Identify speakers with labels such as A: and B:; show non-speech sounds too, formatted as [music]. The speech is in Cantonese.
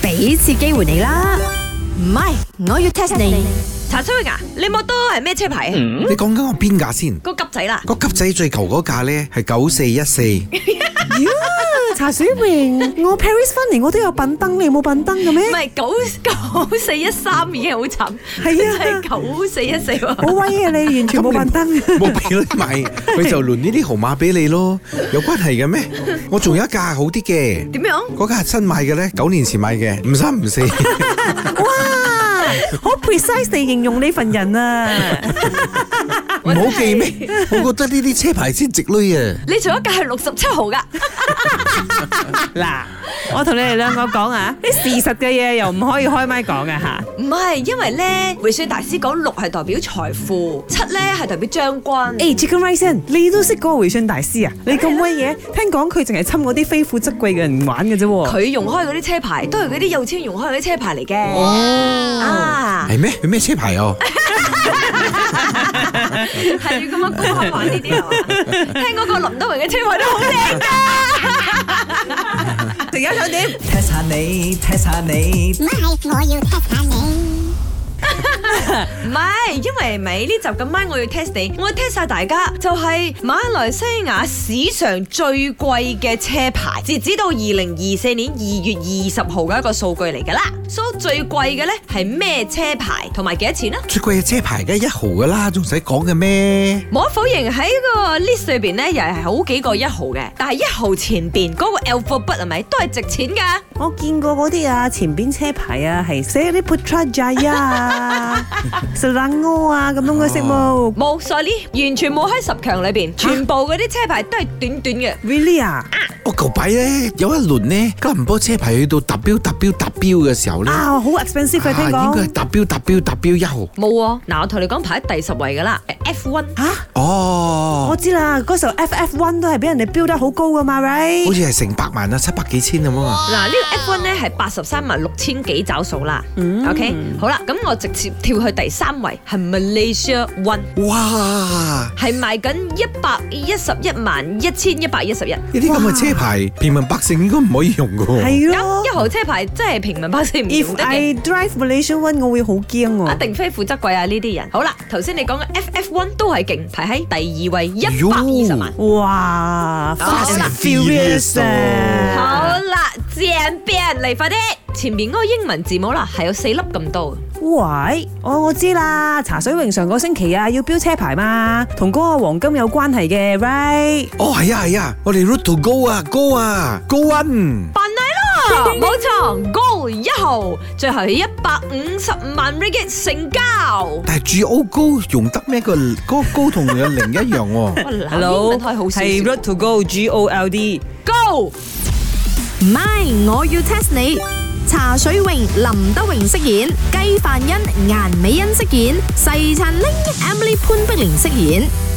A: 俾次機會你啦。唔係，我要 test 你。
B: 茶水榮啊，你摩多係咩車牌啊？
C: 你講緊我邊架先？
B: 個急仔啦，
C: 個急仔最舊嗰架咧係九四一
D: [laughs]
C: 四，
D: 茶水榮，我 Paris 翻嚟我都有品燈，你冇品燈嘅咩
B: 唔？係九 [laughs] 九四一三已經好慘，
D: 係啊
B: 真係九四一四喎。
D: 好威啊你，完全冇 [laughs] 品燈。
C: 冇俾你買，佢就輪呢啲號碼俾你咯，有關係嘅咩？我仲有一架好啲嘅，
B: 點樣？
C: 嗰架係新買嘅咧，九年前買嘅，唔三唔
D: [laughs]
C: 四。
D: 哇，好 precise 地形容呢份人啊！
C: 唔好記咩？我覺得呢啲車牌先值鐳啊！
B: 你仲有一架係六十七號噶，
D: [laughs] 嗱，我同你哋兩個講啊，啲事實嘅嘢又唔可以開麥講嘅吓。
B: 唔係因為咧，回水大師講六係代表財富，七咧係代表將軍。
D: 誒，Chicken Rice，你都識嗰個回信大師啊？你咁威嘢，聽講佢淨係侵嗰啲非富則貴嘅人玩嘅啫喎。
B: 佢用開嗰啲車牌都係嗰啲有錢用開嗰啲車牌嚟嘅。啊，
C: 係咩？佢咩車牌哦？
B: 係要咁樣公開玩呢啲係 [laughs] 嘛？聽講個林德榮嘅車牌都好靚㗎。
D: 而家想點？
E: test 下你，test 下你
F: 唔係，我要 test 下你。
B: 唔係，因為咪呢集咁晚我要 test 你，我 test 晒大家，就係、馬來西亞史上最貴嘅車牌，截止到二零二四年二月二十號嘅一個數據嚟㗎啦。所以最貴嘅呢係咩車牌，同埋幾多錢啊？
C: 最貴嘅車牌梗係一號噶啦，仲使講嘅咩？
B: 無可否認喺個 list 裏邊呢，又係好幾個一號嘅，但係一號前邊嗰、個 alphabet 係咪都係值錢㗎？
D: 我見過嗰啲啊，前邊車牌啊，係寫啲 [laughs] Putrajaya 啊、Selangor 啊咁樣嘅色喎。
B: 冇 sorry，完全冇喺十強裏邊，全部嗰啲車牌都係短短嘅。
D: Really 啊？
C: 我舊擺咧有一輪咧，吉隆坡車牌去到達標達標達標嘅時候咧，
D: 啊，好 expensive 嘅聽
C: 應該
D: 講
C: 係。達標達標達標一號。
B: 冇喎、嗱我同你講排喺第十位㗎啦，F one。
D: 嚇，我
C: 哦，
D: 知啦，嗰時候 FF One 都係俾人哋標得好高噶嘛
C: 好
D: ，right？
C: 似係成百萬啊，七百幾千咁啊
B: 嗱，呢個 F one 咧係八十三萬六千幾找數啦。OK，好啦，咁我直接跳去第三位，係 Malaysia one，
C: 嘛。哇！
B: 係賣緊一百一十一萬一千一百一十一。
C: 呢啲咁嘅車牌，平民百姓應該唔可以用噶。
D: 係咯
B: 咁一。號車牌真係平民百姓唔用
D: If
B: 得嘅。
D: I drive Malaysian One，我會好驚
B: 一
D: 喎。
B: 定非富則貴啊！呢啲人，好啦，頭先你講嘅 FF One 都係勁，排喺第二位一百二十萬。
D: 哇，Fast and Furious
B: 好
D: 啊！
B: 啦，正邊嚟快啲，前面嗰個英文字母啦，係有四粒咁多嘅。
D: 喂，我我知啦，茶水榮上個星期啊要標車牌嘛，同嗰個黃金有關係嘅，right？
C: 哦，係啊係啊，我哋 root to go 啊，go 啊，go one。
B: 笨你咯，冇錯，Gold 一號，最後一百五十萬 ringgit 成交。
C: 但係 G O 高用得咩？個嗰個高同有零一樣喎。
B: 英文開好少
D: 係 Road to Go G O L D。
B: Go
A: 唔係，我要 test 你。茶水榮、林德榮飾演，雞凡欣、顏美欣飾演，細陳玲、Emily 潘碧玲飾演。